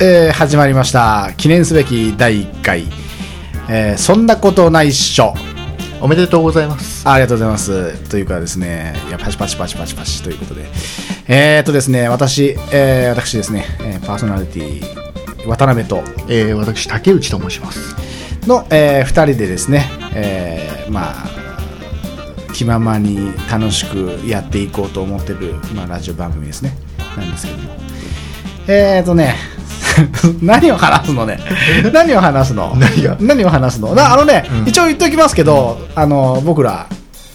えー始まりました記念すべき第1回、えーそんなことないっしょおめでとうございます。ありがとうございます。というかですね、いやパシパシパシパシパシということで、えー、とですね、私、えー私ですね、えーパーソナリティ渡辺とえー、私、竹内と申します。の、え2人でですね、えーまあ、気ままに楽しくやっていこうと思ってる、まあ、ラジオ番組ですね、なんですけども。えーとね、 何を話すのね何を話すの何がを話すのなあのね、うん一応言っておきますけど、あの僕ら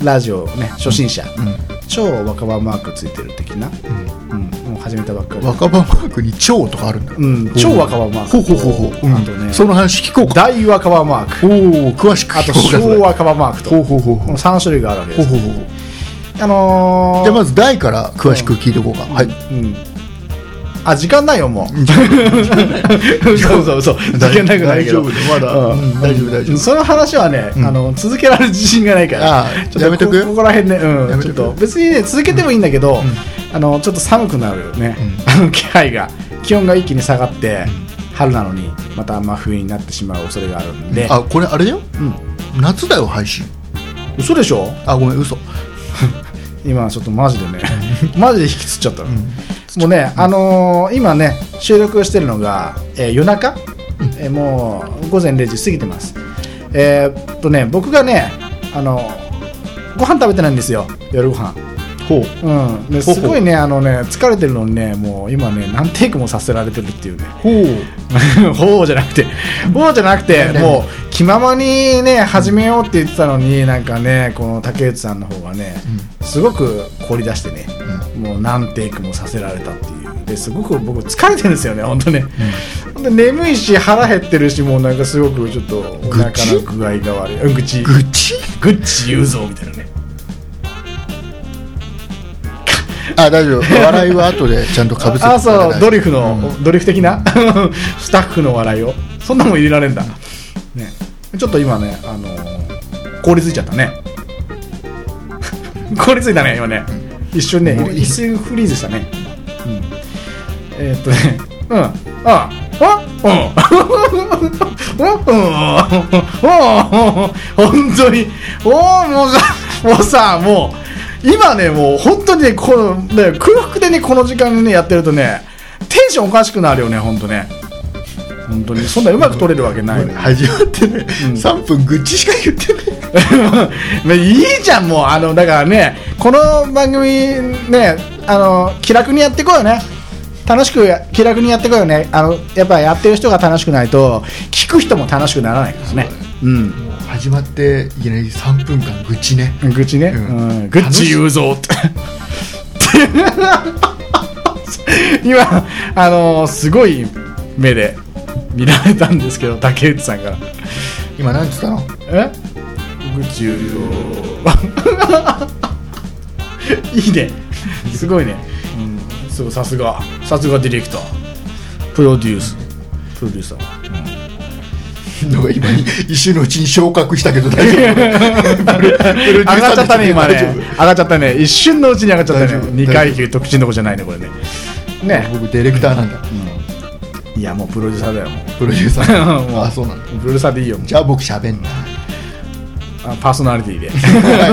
ラジオね初心者、う超若葉マークついてる的な、うんもう始めたばっかりん。若葉マークに超とかあるんだ。うん超若葉マークほうほうほうほう。うんあとねその話聞こうか。大若葉マークおお詳しくあ聞 とこうか。小若葉マークとほうほうほうこほう。の3種類があるわけほでうすほうほう。あのー、じゃあ、まず、台から詳しく聞いていこうか。はい。うんあ時間ないよもう そうそうそう時間なくないけ大丈ど夫だまだうん大丈夫大丈夫その話はね、んあの続けられる自信がないからああちょっとやめとくこここら辺ね、うやん、めちとょっくと別にね続けてもいいんだけど、あのちょっと寒くなるね、 あの気配が気温が一気に下がって、春なのにまた真冬になってしまう恐れがあるんで、あ、これ、あれだよ。うん、夏だよ、配信。嘘でしょあ、ごめん、嘘。今ちょっとマジでね マジで引きつっちゃったの、もうねあのー今ね収録してるのが、えー夜中、えーもう午前0時過ぎてますえーっとね僕がねあのご飯食べてないんですよ夜ご飯ほう。うんでほうすごいねあのね疲れてるのにねもう今ね何テイクもさせられてるっていうねほう。 ほうじゃなくてほうじゃなくてもう気ままにね始めようって言ってたのになんかねこの竹内さんの方がね、すごく凝り出してね、もう何テイクもさせられたっていうですごく僕疲れてるんですよね本当ね、ほんで眠いし腹減ってるしもうなんかすごくちょっとお腹の具合が悪いうん愚痴愚痴愚痴言うぞみたいなねあ、大丈夫。笑いは後でちゃんとかぶせて。あそうドリフの、うんドリフ的な スタッフの笑いをそんなもん入れられんだ、ね、ちょっと今ね、あのー凍りついちゃったね 凍りついたね今ね一瞬ねもういい一瞬フリーズしたね、うん、えーっとねうんああうん うんうんうんうん本当におーもうさもうさもう今ねもう本当にねこのね空腹でねこの時間にねやってるとねテンションおかしくなるよね本当ね本当にそんなうまく取れるわけないの始まってね、3分愚痴しか言ってない。ね いいじゃんもうあのだからねこの番組ねあの気楽にやっていこうよね楽しくや気楽にやっていこうよねあのやっぱやってる人が楽しくないと聞く人も楽しくならないからねうんもう始まっていきなり3分間愚痴ね愚痴ね、ううんん愚痴言うぞって 今あのすごい目で見られたんですけど竹内さんから今なんつったのえ愚痴言う よいいねすごいね、うん、すごいさすがさすがディレクタープロデュースプロデューサーのが今に一瞬のうちに昇格したけど大丈 夫上がっちゃったね今ね大丈上がっちゃったね一瞬のうちに上がっちゃった大ね丈夫2階級特進の子じゃないねこれねね夫僕ディレクターなんだ、いやもうプロデューサーだよもプロデューサーなんもう だあそうなんだうプロデューサーでいいよもうじゃあ僕しゃべんなあパーソナリテ ィで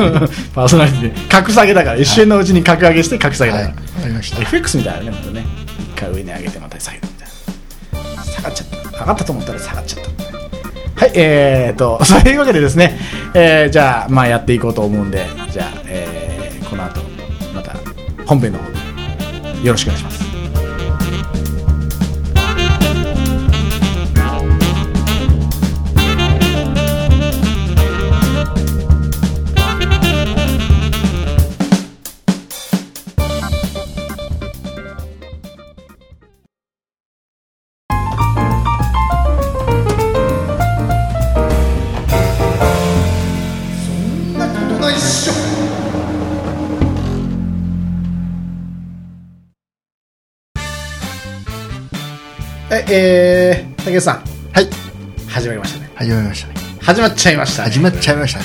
パーソナリティで格下げだから一瞬のうちに格上げして格下げだはかいら、わかりました FX みたいなね、またね、一回上に上げて、また下げるみたいな。下がっちゃった。上がったと思ったら下がっちゃった。はい、えーと、 そういうわけでですね、えーじゃあ、まあやっていこうと思うんで、じゃあ、えーこの後、また本編の方で、よろしくお願いします。はい、えー、竹内さん、はい始まりましたね。始まりましたね始まっちゃいました、ね。始まっちゃいましたね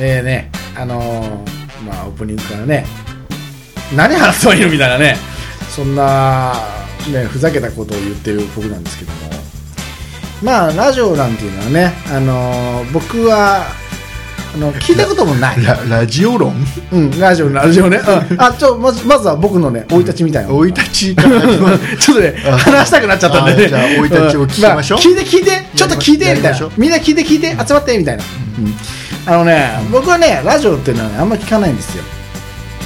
えーね、あのーまあオープニングからね、何話せばいいのみたいなね、そんな、ね、ふざけたことを言ってる僕なんですけどもまあラジオなんていうのはね、あのー僕はあの聞いたこともないララジオ論うん、ラジオラジオね、うん、あちょまずまずは僕のね生い立ちみたいな生い立ちから始まる ちょっとねあ話したくなっちゃったんでねあじゃあ生い立ちを聞きましょうあ聞いて聞いてちょっと聞いてやみりたまいしょなうみんな聞いて聞いて集まってみたいな、うんあのね僕はねラジオっていうのは、ね、あんまり聞かないんですよ、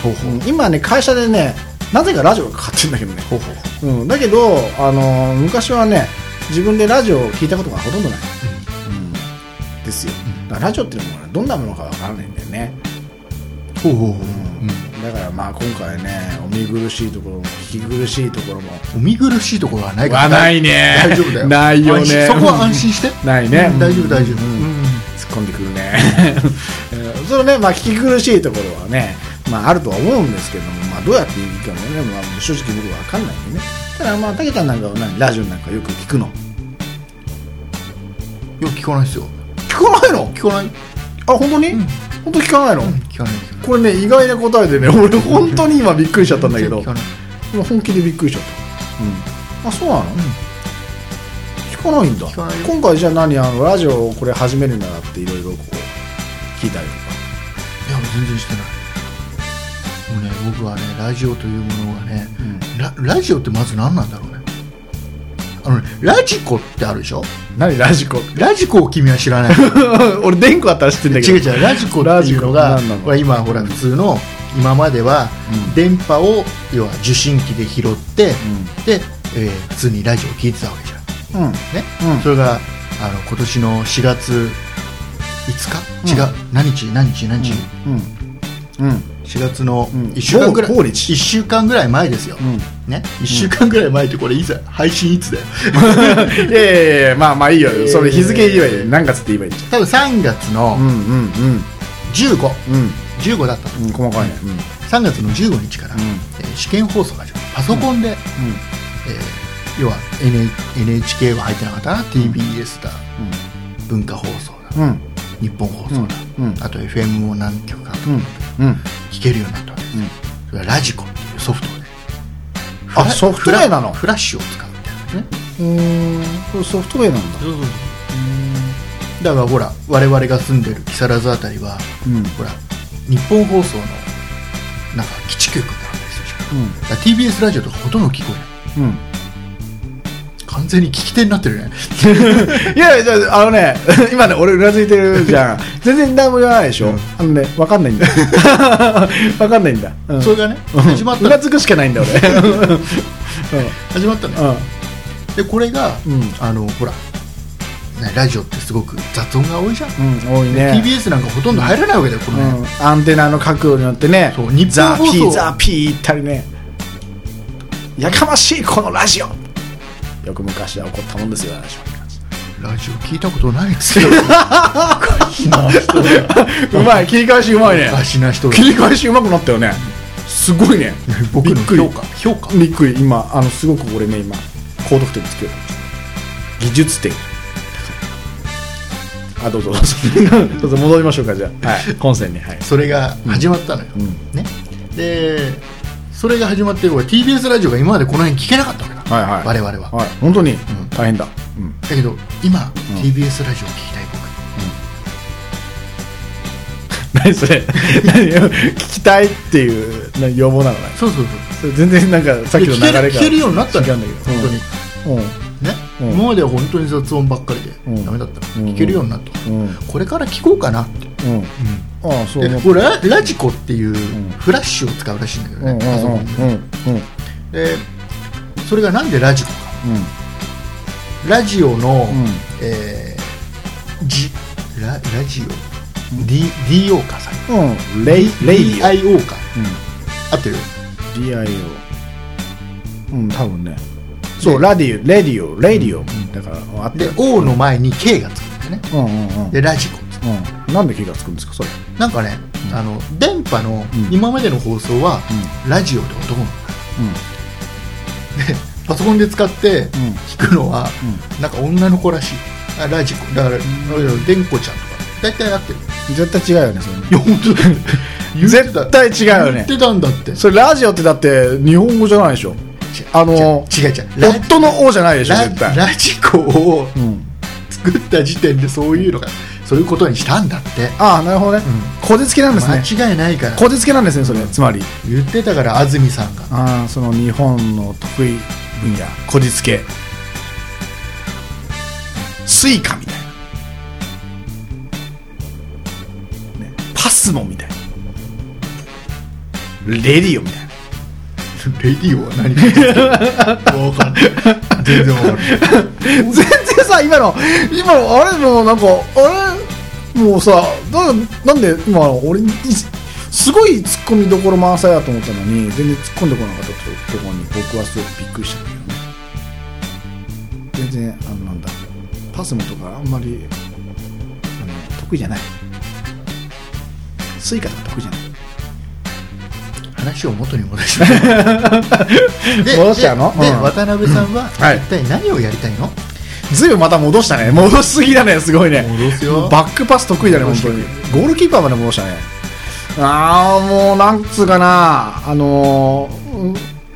うん今ね会社でねなぜかラジオがかかってるんだけどね、ほうほううん、だけど、あのー昔はね自分でラジオを聞いたことがほとんどない、うん、ですよだからラジオっていうのもねどんなものかわからないんだよね、ほうほうほうだからまあ今回ねお見苦しいところも聞き苦しいところもお見苦しいところはないからはないね大丈夫だよないよね安心そこは安心してないねうん大丈夫大丈夫うんうん突っ込んでくるね えーそのねまあ聞き苦しいところはねまああるとは思うんですけどもまあどうやっていいかもね、まあ、正直僕は分かんないんでねただまあたけちゃんなんかは何ラジオなんかよく聞くのよく聞かないですよ聞かないの聞かないあ本当に、うん本当聞かないの、聞かない聞かないこれね意外な答えでね 俺本当に今びっくりしちゃったんだけど聞かない今本気でびっくりしちゃった、うん、あそうなの、聞かないんだ聞かないよ今回じゃあ何あのラジオをこれ始めるんだなっていろいろこう聞いたりといや全然してないもうね僕はねラジオというものがね、ララジオってまず何なんだろうねあのねラジコってあるでしょか何ラジコラジコを君は知 らない違俺電子あったら知ってんうだけど違うラジコっていうのラがジコ何なのほら今ほら普通の今まではうん電波を要は受信機で拾って、んで、えー普通にラジオを聞いてたわけじゃんうんうんね、うんそれがあの今年の4月5日違う、何日何日何日、うんうん4月のうん1週間ぐらい、某某日1週間ぐらい前ですよ、うね、1週間ぐらい前ってこれいつ配信いつだよいやいやいやまあまあいいよ、えーそれ日付言えばいいよ何月って言えばいいじ 多分3月のゃんうんうんうん1515、うん15だったとうん細かいね3月の15日から、うんえー試験放送が始まるパソコンで、えー要は NH NHK は入ってなかったな TBS だ文化放送だ、うんうん日本放送だ、うんうんあと FM も何曲かとうんうんうん聞けるようになったわけですよ、それはラジコっていうソフトでフラあソフトウェアなのフラフラッシュを使うみたいなねうんこれソフトウェアなんだだからほら我々が住んでる木更津あたりは、うんほら日本放送のなんか基地局があったりするじゃん、うんだから TBS ラジオとかほとんど聞こえないうん完全に聞き手になってるねいやいやじゃああのね今ね俺うなずいてるじゃん全然何も言わないでしょ、あのね分かんないんだ分かんないんだ、うん、それがねうん始まったうなずくしかないんだ俺うんうん始まったね、でこれが、うんあのほら、ね、ラジオってすごく雑音が多いじゃん、うん多いね TBS なんかほとんど入らないわけだよこのね、うん、アンテナの角度によってねそう日ザ本ー放送ピーザーピーいったりねやかましいこのラジオよく昔は怒ったもんですよラジラジオ聞いたことないです よ。おかしな人だ。オ うまい切り返しうまいねおかしな人だ切。り返しうまくなったよねすごい ね僕びのっくり評価。評価。びっくり今あのすごく俺ね今高得点つける技術点あどうぞどう ぞどうぞ戻りましょうかじゃあ、はい、本線にはいそれが始まったのよ。んね。で、それが始まって、俺 TBS ラジオが今までこの辺聞けなかったわけだ。はいはい我々は。はい本当に、ん大変だ、うん、だけど、今、TBS ラジオを聞きたい僕。何それ何聞きたいっていうな要望なのねそうそうそれ全然なんかさそっう。きでの聞流けれがる聞けるようになったんだ違うよ。ん本だけ当どに。本ね、うん今までは本当に雑音ばっかりで、うんダメだったうん聞けるようになった、うんこれから聞こうかなって、当にうんうんああそうで思っこれララジコっていうんフラッシュを使うらしいんだけどうんうんね、パソコンでうんうんうんでそれがなんでラジコかラジオの、んえーじララジオ D DO かさうんうんレイレイディ DIO か合ってる DIO うん多分ねそうラディオレディオレディオだからあってで O の前に K がつくんだよねうんうんうんでラジコうんなんで気がつくんですかそれなんかね、あの電波のうん今までの放送は、ラジオで男のパソコンで使って聞くのは、なんか女の子らしいあラジコだからでんこちゃんとか大体合ってるうん絶対違うよねそれねいや本当だよ言ってた絶対違うよね言ってたんだってそれラジオってだって日本語じゃないでしょ違うあの違う違う違うラ夫の王じゃないでしょラ絶対ラジコをうん作った時点でそういうのがそういうことにしたんだってああなるほどねうこじつけなんですね間違いないからこじつけなんですねそれつまり言ってたから安住さんがああその日本の得意分野こじつけスイカみたいな、ね、パスモみたいなレディオみたいなレディオは何か分かんない全然分かんない 全然さ今の今のあれもうなんかあれもうさななんで今の俺にすごい突っ込みどころ満載だと思ったのに全然突っ込んでこなかったところに僕はすごくびっくりしたんだけどね全然あのなんだパスモとかあんまりあの得意じゃないスイカとか得意じゃない話を元に戻しましょ うで戻っちゃうのででうん渡辺さんははい一体何をやりたいの、ずいぶんまた戻したね戻しすぎだねすごいね戻すよバックパス得意だね、本当に。ゴールキーパーまで戻したね。ああ、もう、なんつうかな、あのー、うん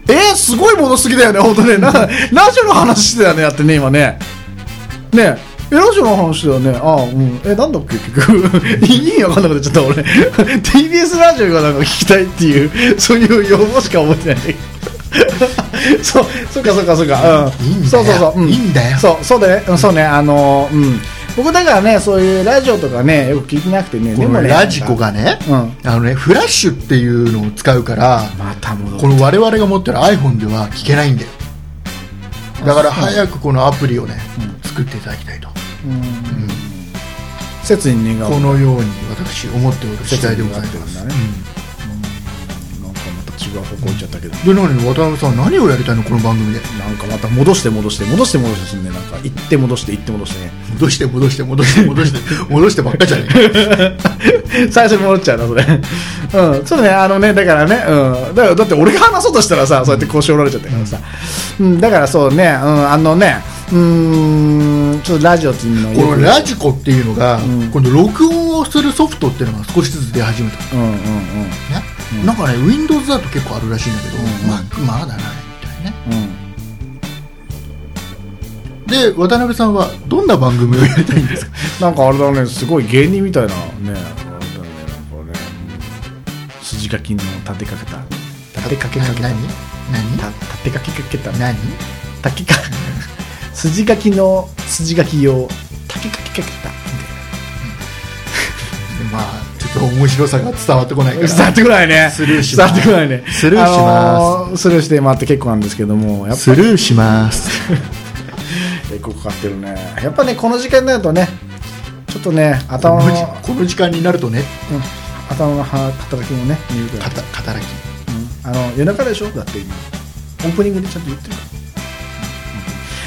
えー、すごい戻すぎだよね、本当ね。な、ラジオの話してたよね、やってね、今ね。ねえ、えラジオの話だよね。ああ、うん。え、なんだっけ、結局。 意味わかんなくなっちゃった、俺。TBS ラジオがなんか聞きたいっていう、そういう要望しか思ってないんだけ ど。そう、そうか、そうか、そうか。うん。いいんだよそうそうそう。うんいいんだよそう、そうだね。うんそうね、あのー、うん。僕だからね、そういうラジオとかね、よく聞いてなくてね、このね、ラジコがね、うんあのねフラッシュっていうのを使うから、また戻こる。の我々が持ってる iPhone では聞けないんだよだから早くこのアプリをね、作っていただきたいと、うん切に願う。このように私思っておる次第でございます、切に願ってるんだねなんかまた違う方向行っちゃったけど。うんで何渡辺さん何をやりたいのこの番組でなんかまた戻して戻して戻して戻してすんねなんか行って戻して行って戻してね戻して戻して戻して戻して戻してばっかじゃね えか 最初に戻っちゃうなそれうんそうねあのねだからねうんだからだって俺が話そうとしたらさそうやって腰折られちゃったからさ、うん、だからそうね、うん、あのねうーんちょっとラジオっていうのをこのラジコっていうのが、今度録音をするソフトっていうのが少しずつ出始めたうんうんうんね、なんかね Windows だと結構あるらしいんだけど、Mac まだないみたいねうんで渡辺さんはどんな番組をやりたいんですかなんかあれだねすごい芸人みたいなねあれだねなんかね筋書きの立てかけた立てかけかけなた 何た立てかけかけた何何竹か筋書きの筋書き用竹かけかけたまあちょっと面白さが伝わってこないから伝わってこないねスルーします伝わってこないねスルーしますあのースルーして回って結構なんですけどもや っぱスルーします結構かかってるねやっぱねこの時間になるとねちょっとねこ頭のの、うん時 この時間になるとね頭のは働きもね見るかからた働きあの夜中でしょだって今オープニングでちゃんと言ってるか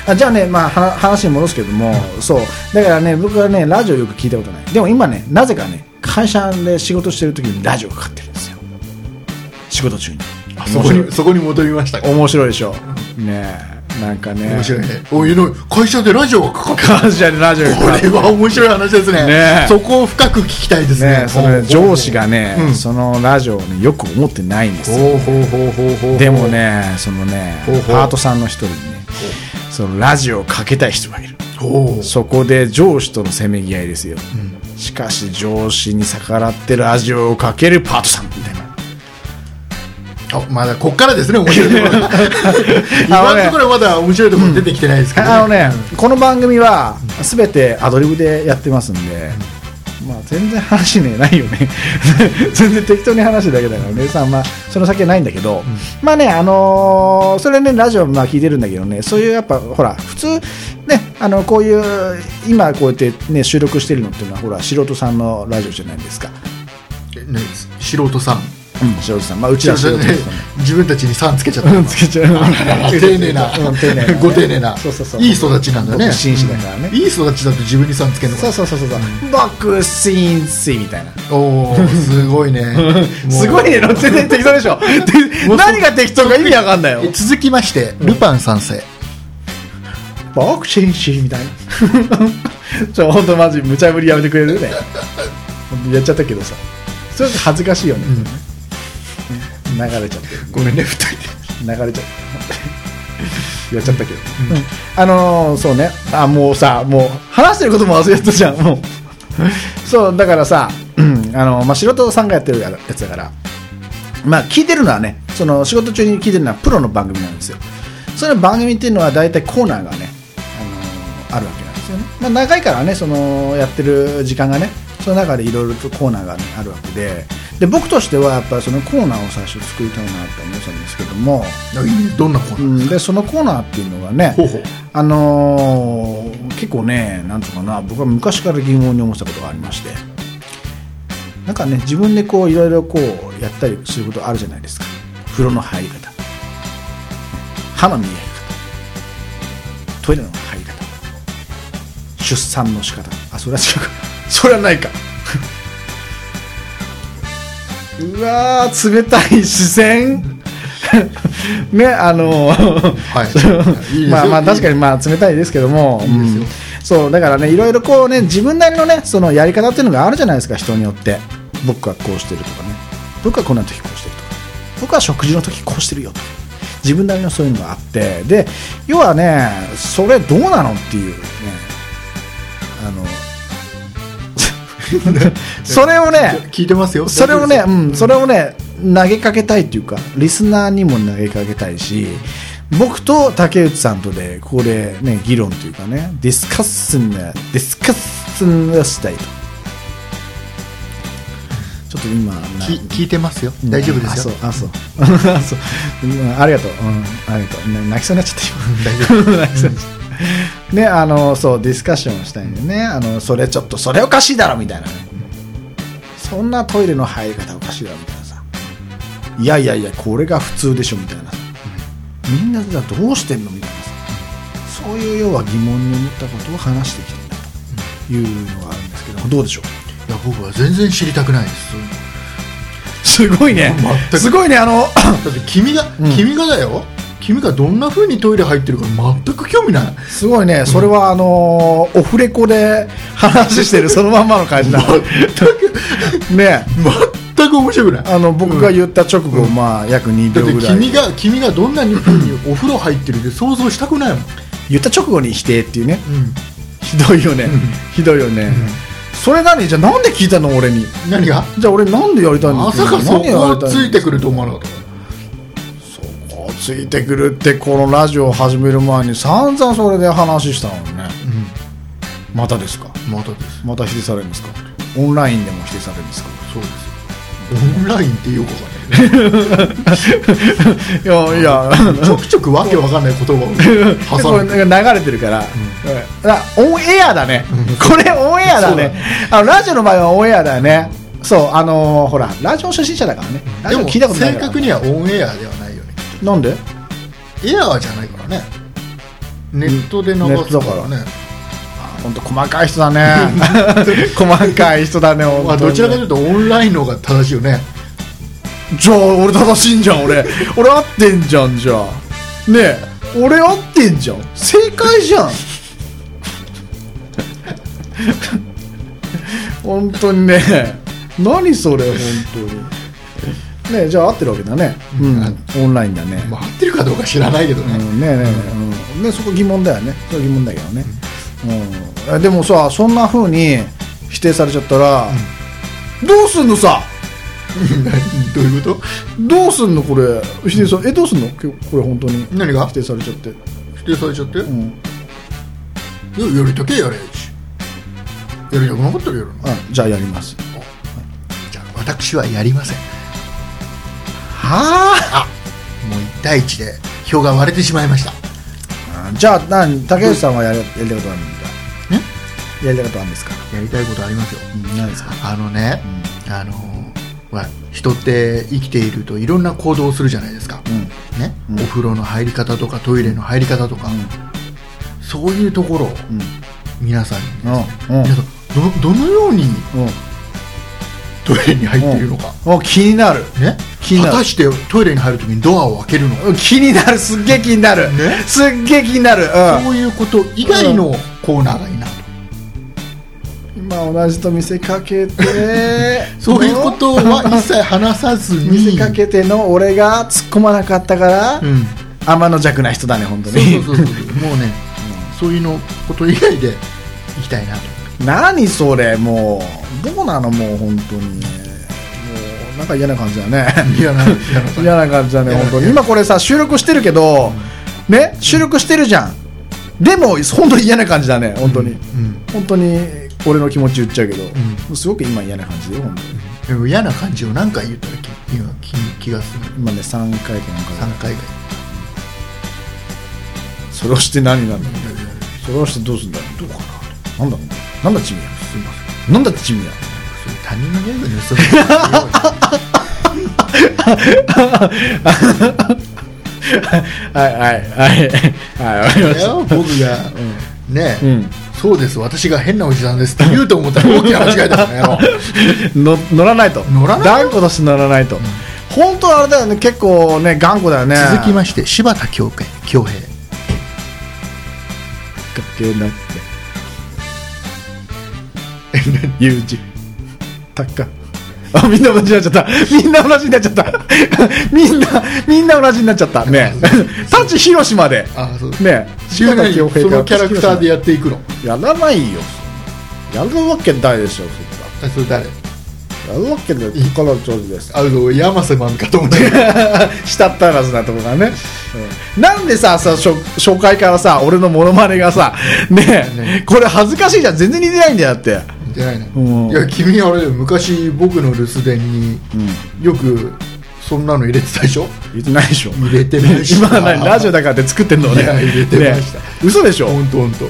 らあじゃあね、まあ、は話に戻すけども、そうだからね僕はねラジオよく聞いたことないでも今ねなぜかね会社で仕事してる時にラジオかかってるんですよ仕事中にあそこにそこに戻りましたか面白いでしょねえなんかね面白いねおいの会社でラジオがかかった 会社でラジオがこかかってれるは面白い話ですねねえそこを深く聞きたいですねねそれ上司がね、うんそのラジオをねよく思ってないんですよほうほうほうほうほうでもね、そのねほうほう、パートさんの一人にね、そのラジオをかけたい人がいる。ほうそこで上司とのせめぎ合いですよ。しかし上司に逆らってラジオをかけるパートさんみたいな。あまだこっからですね面白いとこ ろが今のところまだ面白いところ出てきてないですけど、あのね、この番組は全てアドリブでやってますんで、まあ全然話ね、ないよね。 全然適当に話してるだけだからね。さあまあ、その先はないんだけど、まあね、あのーそれね、ラジオまあ聞いてるんだけどね、そういうやっぱ、ほら、普通、ね、あの、こういう、今こうやってね、収録してるのっていうのは、ほら、素人さんのラジオじゃないですか。ね素人さん素人さん。まあ、うちら素人さん。 自分たちに「さん」つけちゃったうんつけちゃ う。丁寧なうん丁寧なね ご丁寧なそうそうそういい育ちなんだね僕紳士だからねうんいい育ちだと自分に「さん」つけるのそうそうそうそうそう。僕、シンスイみたいな。おーすご いねすごいね、全然適当でしょ。で何が適当か意味わかんないよもう。続きましてルパン三世ボクシンシーみたい な。ちょ、ほんとマジ、無茶ぶりやめてくれるね。やっちゃったけどさ。それ恥ずかしいよね。流れちゃってる。ごめんね二人で流れちゃってる。言っちゃったけど、うんあのーそうねあもうさもう話してることも忘れてたじゃんもうそうだからさ、うんあのまあ、素人さんがやってるやつだからまあ聞いてるのはねその仕事中に聞いてるのはプロの番組なんですよその番組っていうのは大体コーナーがね、あのーあるわけなんですよね、まあ、長いからねそのやってる時間がねその中でいろいろとコーナーが、ね、あるわけでで僕としてはやっぱりそのコーナーを最初作りたいなって思ってたんですけども、あいいねどんなコーうナーん、でそのコーナーっていうのがねほうほうあのー結構ねなんとかな僕は昔から疑問に思ってたことがありましてなんかね自分でこういろいろこうやったりすることあるじゃないですか風呂の入り方歯の磨き方トイレの入り方出産の仕方あそれは違うか それはないかうわー冷たい視線 ねあのーはい そういいですよまあまあ確かにまあ冷たいですけども、うんそうだからねいろいろこうね自分なりのねそのやり方っていうのがあるじゃないですか人によって僕はこうしてるとかね僕はこんな時こうしてるとか僕は食事の時こうしてるよとか自分なりのそういうのがあってで要はねそれどうなのっていうね あのそれをね聞いてますよそれをね、大う丈夫ん、それをね、投げかけたいっていうか、リスナーにも投げかけたいし、僕と竹内さんとで、ここでね、議論というかね、ディスカッスンな、ディスカッスンがしたいと。ちょっと今、なですき聞いてますよ大丈夫ですよあ、そう、 あ、そう。あそううんありがとう。うん、ありがとう。な泣きそうになっちゃった、今。泣きそうになっちゃった。ね、あの、そう、ディスカッションをしたいんだよね。あの、それちょっと、それおかしいだろ、みたいなね。そんなトイレの入り方おかしいだろ、みたいなさ。いやいやいや、これが普通でしょ、みたいなさ。みんなじゃあどうしてんのみたいなさ。そういう要は疑問に思ったことを話していきたいなというのがあるんですけど、どうでしょいうや僕は全然知りたくないですそういうのすごいね全くすごいね、あ の、だって君が、君がだよ君がどんな風にトイレ入ってるか全く興味ないすごいね、それはあのーオフレコで話してるそのまんまの感じだ。ね全く面白くないだあの僕が言った直後、まあ約2秒ってぐらい。君が君がどんなに風にお風呂入ってるって想像したくないもん、言った直後に否定っていうね。ひどいよね。ひどいよね。それ何じゃあなんで聞いたの俺に。何がじゃあ俺なんでやりたいのまさかそ何やこりたをいつのいてくると思わなかったからそこついてくるってこのラジオを始める前に散々それで話したのにね。またですかまたですまた否定されるんですかオンラインでも否定されるんですか そうですオンラインってよくわかんないいやいや、ちょくちょくわけわかんない 言葉をこ挟れんで流れてるから、あオンエアだね、これオンエアだねあのラジオの場合はオンエアだよねそうあのーほらラジオ初心者だからねラでジオも聞いたことない正から確にはオンエアではないよねなんでエアーじゃないからねネットで流すからね、本当細かい人だね 細かい人だねまあ、本当どにちらかというとオンラインの方が正しいよねじゃあ俺正しいんじゃん 俺俺合ってんじゃんじゃあねえ俺合ってんじゃん正解じゃ ん本当にね何それ本当にねえじゃあ合ってるわけだねうんオンラインだね、まあ、合ってるかどうか知らないけどね、うん、ねえねえ、うん、ねそこ疑問だよねそれ疑問だけどね、うんえでもさそんなふうに否定されちゃったら、どうすんのさ どういうことどうすんのこれ否定されえどうすんのこれ本当に何が否定されちゃって否定されちゃって、うんいややりたけやれしやりたくなかったらやるのあじゃあやりますじゃあ私はやりませんはもう1対1で票が割れてしまいましたあじゃあ何竹内さんはやりやりたいことあるんだやりたいことあるんですか、やりたいことありますようん、何ですかあのね、あのまあ人って生きているといろんな行動をするじゃないですか、んねお風呂の入り方とかトイレの入り方とか、そういうところを皆さんに、うんうん皆さんどどのようにトイレに入っているのか、うんお気になるね、気にな果るたしてトイレに入るときにドアを開けるのか、気になるすっげえ気になる、ねすっげえ気になる、そういうこと以外のコーナーがいいなと、うん、今同じと見せかけて そういうこと は一切話さず見にせかけての俺が突っ込まなかったから、うん天の弱な人だね本当そうにそうそう そうもうね、そういうのこと以外で行きたいなと何それもうどうなのもう本当にもうなんか嫌な感じだ ねいやな嫌な嫌な感じだね嫌な本当に今これさ収録してるけど、ね収録してるじゃんでも本当に嫌な感じだね本当に、うん本当に俺の気持ち言っちゃうけど、すごく今嫌な感じだよ本当にでも嫌な感じを何回言ったら気今気気がする今ね3回かなんか3回ぐらいそれをして何なんだそれをしてどうすんだどうかななんだなんだチミすいませんヤなんだチミヤそういう他人のギャグにそう はいはいはいはいわかりまだよ僕が、ね、んそうです私が変なおじさんですって言うと思ったら大きな間違いだからね の乗らないと乗らない頑固として乗らないと、本当はあれだよね結構ね頑固だよね 続きまして柴田恭平恭平か けなくて友人たかあみんな同じになっちゃった みんな同じになっちゃったみんなみんな同じになっちゃっ たね舘ひろしまであそうねそ柴の田キ恭平からャラクターでやっていくのやらないよやるわけないでしょあそれ誰そんなやるわけないから上手ですあの山瀬まんかと思って したったらずなとこがね、うんなんでささ初初回からさ俺のモノマネがさねねこれ恥ずかしいじゃん全然似てないんだよだって似てないな、うんいや君あれ昔僕の留守電によくそんなの入れてたでしょ言ってないでしょ入れてないし今は何 ラジオだからって作ってんのねいや入れてましたね嘘でしょほんとほんと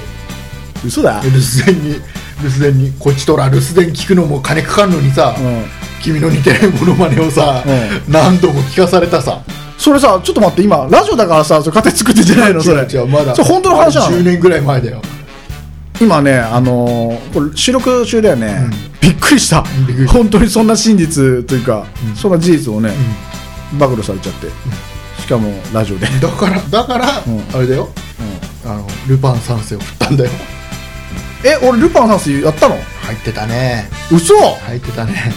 嘘だ留守電に留守電にこっちとら留守電聞くのも金かかるのにさ、うん君の似てないモノマネをさ、う何度も聞かされたさそれさちょっと待って今ラジオだからさそれ勝手に作ってんじゃないのそれ違う違うまだそれ本当の話なまだ10の年ぐらい前だよ今ねあのーこれ収録中だよね、びっくりしたびっくりした本当にそんな真実というか、そんな事実をね、暴露されちゃって、しかもラジオでだからだから、んあれだよ、あのルパン三世を振ったんだよえ俺ルパンの話やったの入ってたね嘘入ってたね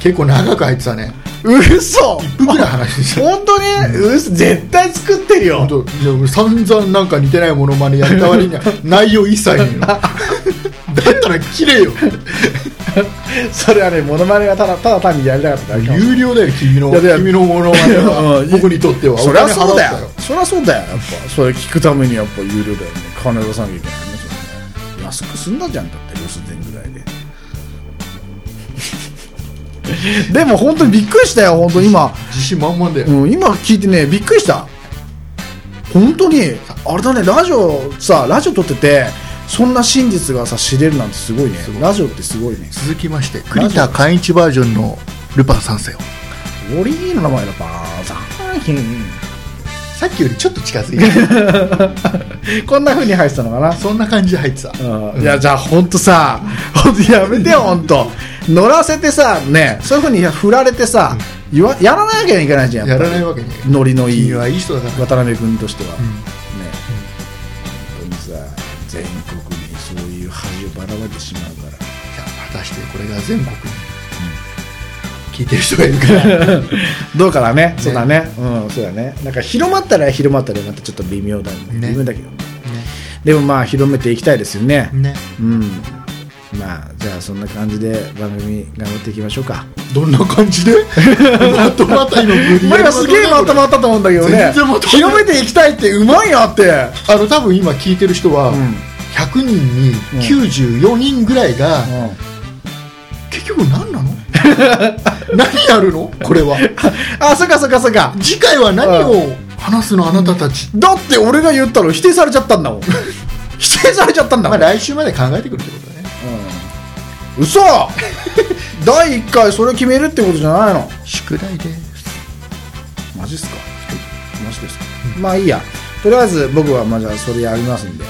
結構長く入ってたね嘘1分ぐらい話してた本当に嘘絶対作ってるよ本当いや俺散々なんか似てないものまねやった割 には内容一切ねえよだったら綺麗よそれはねモノマネがただただ単にやりたかっただけかも有料だよ君のいやいや君のものまねはうん僕にとってはそりゃそうだお金払よっそりゃそうだよやっぱそれ聞くためにやっぱ有料だよね金出さなきゃいけないねそれね安く済んだじゃんだって留守電ぐらい ででも本当にびっくりしたよ本当今、たよ自信満々だよ、うん、今聞いてねびっくりした本当にあれだねラジオさラジオ撮っててそんな真実がさ知れるなんてすごいねラジオってすごいね続きまして栗田寛一バージョンのルパン三世をオリーの名前だバーザーキンさっきよりちょっと近づいてこんな風に入ってたのかなそんな感じで入ってたうんいやじゃあ本当さ本当やめてよ本当乗らせてさねそういうふうに振られてさ、言わやらなきゃいけないじゃんやっぱらりないわけにノリのいい君は渡いい人だから辺君としては、んね、本当にさ全国にそういう恥をばらまいてしまうからい や果たしてこれが全国に聞いてる人がいる からどうかだねそうだねうんそうだねなんか広まったら広まったらまたちょっと微妙だねね微妙だけどねでもまあ広めていきたいですよねねうんまあじゃあそんな感じで番組頑張っていきましょうかどんな感じ でまとまった今無理やり今すげえまとまったと思うんだけどね全然まとまった広めていきたいってうまいなってあの多分今聞いてる人は、ん100人に94人ぐらいが、結局何 なの何やるのこれはあそっかそっかそっか次回は何を話すのあなたたち、だって俺が言ったら否定されちゃった んだもん否定されちゃったんだまもあん、来週まで考えてくるってことだねう ん、嘘第1回それ決めるってことじゃないの宿題ですマジっすかマジですか、まあいいやとりあえず僕はまあじゃあそれやります んで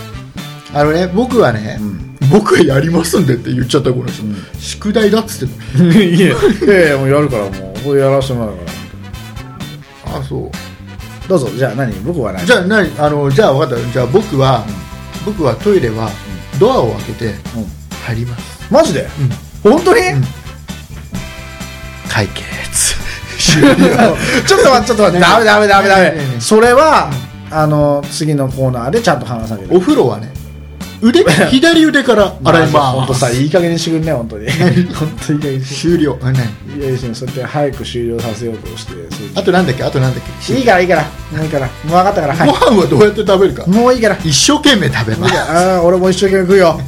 あのね僕はね、僕はやりますんでって言っちゃったこの人、宿題だっつってんのいやいやいやもうやるからもうこれやらせてもらうから あそうどうぞじゃあ何僕は何じゃあなあのじゃあ分かったじゃあ僕は、僕はトイレはドアを開けてうん入ります、マジで、本当に、解決終了 ちょっと待って、ちょっと待って、ダメダメダメダねえねえねメ。えそれは、あの次のコーナーでちゃんと話されるお風呂はね腕左腕から洗い本ま当すさいい加減にしてくんね本当に 本当にいい加減にして終了あねいい加減にしてそうやって早く終了させようとしてそういうあとなんだっけあとなんだっけいいからいいからもういいからもう分かったからごはい飯はどうやって食べるかもういいから一生懸命食べますあー俺も一生懸命食う よ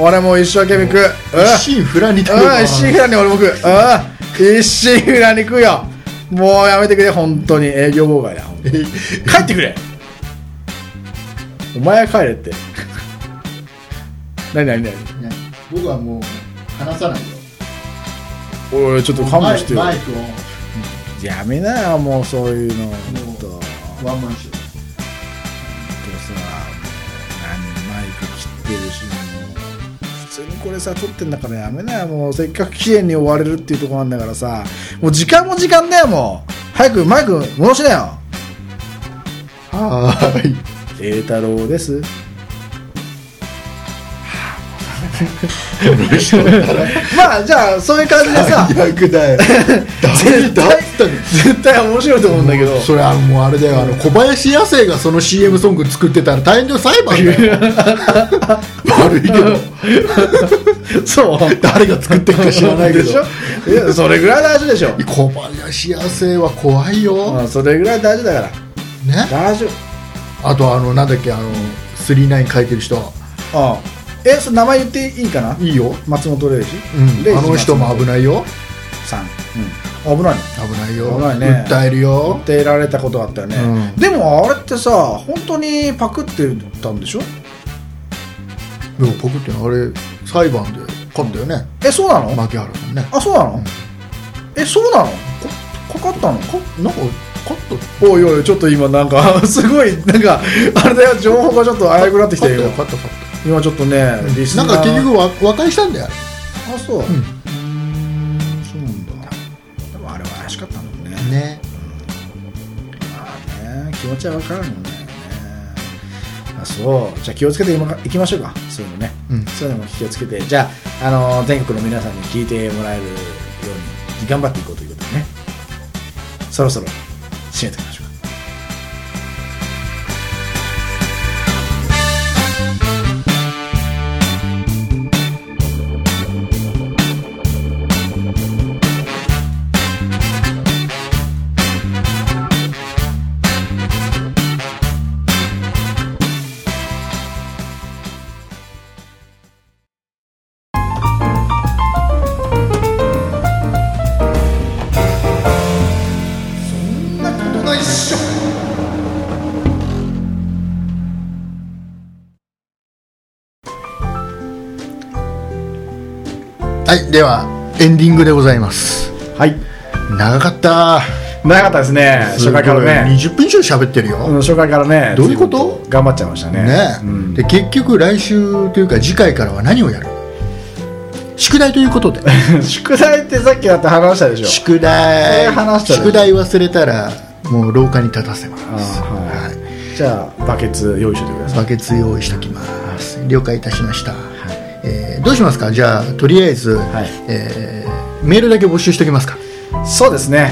うん俺も一生懸命食ううん一心不乱に食べうんま一心す不乱に俺も食ううん一心不乱に食うよもうやめてくれ本当に営業妨害だ本当に帰ってくれお前が帰れって 何何何ね僕はもう話さないよおいちょっと勘弁してよマイマイクをやめなよもうそういうのほんとワンマンショーとさ何マイク切ってるしもう普通にこれさ撮ってんだからやめなよもうせっかく綺麗に終われるっていうところなんだからさもう時間も時間だよもう早くマイク戻しなよはーい栄太郎です まあじゃあそういう感じで さ最悪だよ誰絶だっ対たの絶対面白いと思うんだけどそれはもうあれだよあの小林亜生がその CM ソング作ってたら大変だよ裁判だよ悪いけどそう誰が作ってるか知らないけ でどしょいやそれぐらい大事でしょ、小林亜生は怖いよ、うねん、それぐらい大事だから大丈夫あとあのなんだっけあの39書いてる人ああえそれ名前言っていいかないいよ、松本零士、うん、あの人も危いないよさん、うん、危ないの危ないよ危ないね訴えるよって得られたことあったよね、うんでもあれってさ本当にパクってたんでしょでも僕ってのはあれ裁判で勝ったよねえそうなの、牧原さんねあそうなの、んえそうなのかかかったのかなんか勝ったおいおいちょっと今なんか すごいなんかあれだよ情報がちょっと危うくなってき勝ったたよよ勝った勝っ今ちょっとねリスたナなーんか結局わ和解したんだよあれあそう、うんんそうなんだでもあれは怪しかったんだもんねねまあね気持ちは分からんもんねあそうじゃあ気をつけて今か行きましょうかそういうのね、うんそういうのも気をつけてじゃあ、あの全国の皆さんに聞いてもらえるように頑張っていこうということでねそろそろ締めていきましょうかそんなことないっしょはいではエンディングでございますはい長かった長かったですね初回からね、すごい20分以上喋ってるよ、うん、初回からねどういうこと随分頑張っちゃいましたねね、うんで結局来週というか次回からは何をやる宿題ということで宿題ってさっきだって話したでしょ宿え題ー話したね宿題忘れたらもう廊下に立たせます、あーはいはじゃあバケツ用意しておいてくだいさいバケツ用意しておきます了解いたしました、えーどうしますかじゃあとりあえず、はいえーメールだけ募集しておきますかそうですね、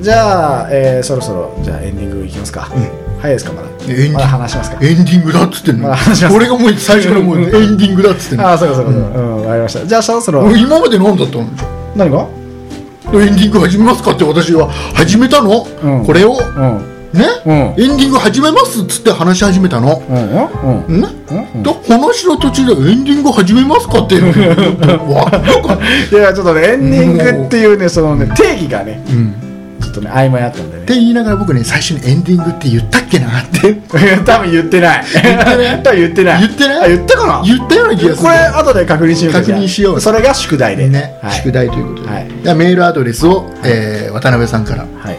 じゃあ、えーそろそろじゃあエンディングいきますか、早いですかまだエンディングまだ話しますかエンディングだっつってんのまあ話します俺がもう最初のもうエンディングだっつってんのああそうかそうかそうかうん、わかりましたじゃあそろそろもう今まで何だったの何がエンディング始めますかって私は始めたの、うんこれを、うんね、うんエンディング始めますっつって話し始めたの、うんうんうんねだ話の途中でエンディング始めますか っていうのわなんかっいやちょっとねエンディングっていうねそのね定義がね、ちょっとね曖昧だったんでてね言いながら僕ね最初にエンディングって言ったっけなって多分言ってない 多分言ってない言ってないあ言ったかな言ったような気がすこるれ後で確認しようかじゃあ確認しようそれが宿題でね、はい宿題ということで、はいじゃあメールアドレスを、えー渡辺さんからはい。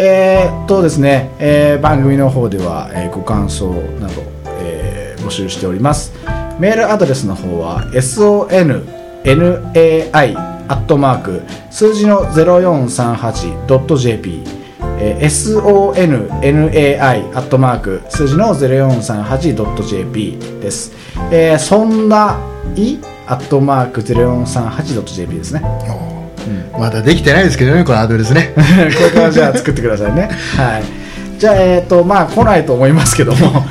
えーっとですね、えー番組の方では、えーご感想など、えー募集しております。メールアドレスの方は sonnai アットマーク数字の 0438.jp えー sonnai アットマーク数字の 0438.jp です。えーそんないアットマーク 0438.jp ですね。まだできてないですけどねこのアドレスね これからじゃあ作ってくださいね。はい。じゃあえっ、とまあ来ないと思いますけども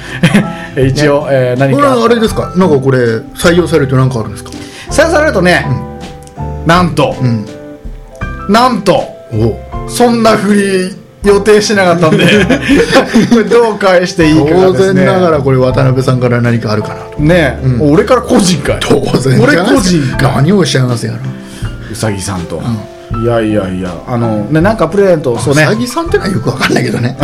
一応、えー何これかあれですかなんかこれ採用されて何かあるんですか採用されるとね、なんと、うんなんとおうそんなふり予定してな かったんでこれどう返していいかが当です然ねながらこれ渡辺さんから何かあるかなとねえ、俺から個人かい当然俺個人か何をおっしゃいますやらうさぎさんと、いやいやいやあのねなんかプレゼントをそうね詐欺さんってのはよくわかんないけどね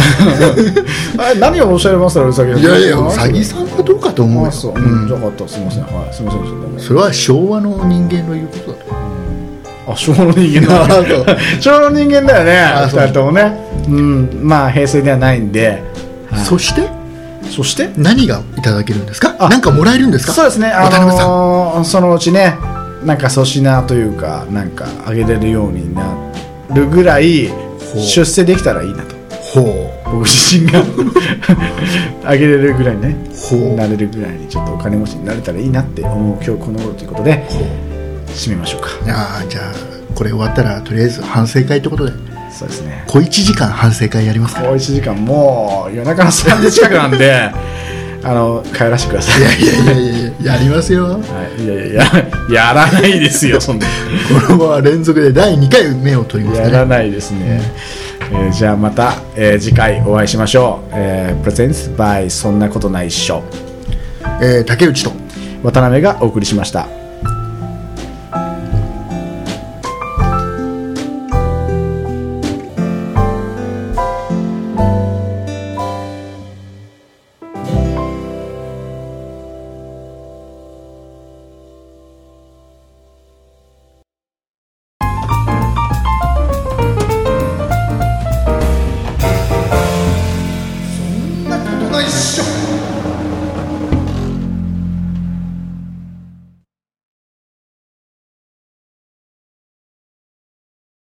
あれ何をおっ しゃいますかうさぎさんいやいやあ詐欺さんはどうかと思うよあそう、うん、じゃあよかったすみませんはいすみませんでしたどうもそれは昭和の人間の言うことだと思うあ昭和の人 間だ昭和の人間だよねあそう2人ともねうんまあ平成ではないんで、はいそしてそして何がいただけるんですかあ何かもらえるんですかそうですねあ渡辺さんのーそのうちねなんか粗品というかなんかあげれるようになるぐらいほう出世できたらいいなとほ僕自 身があげれるぐらいねほうなれるぐらいにちょっとお金持ちになれたらいいなって思う今日この頃ということでうほう締めましょうかああじゃあこれ終わったらとりあえず反省会ってことでそうですね小1時間反省会やりますからもう1時間もう夜中の3時近くなんで あの帰らせてくださいいやいやいやいやいややりますよはい、いやいやいや やらないですよそんなこのまま連続で第2回目を取りますやかららねないですね、えーじゃあまた、えー次回お会いしましょう、えー、プレゼンスバイそんなことないっしょえー竹内と渡辺がお送りしましたそんなことないっしょ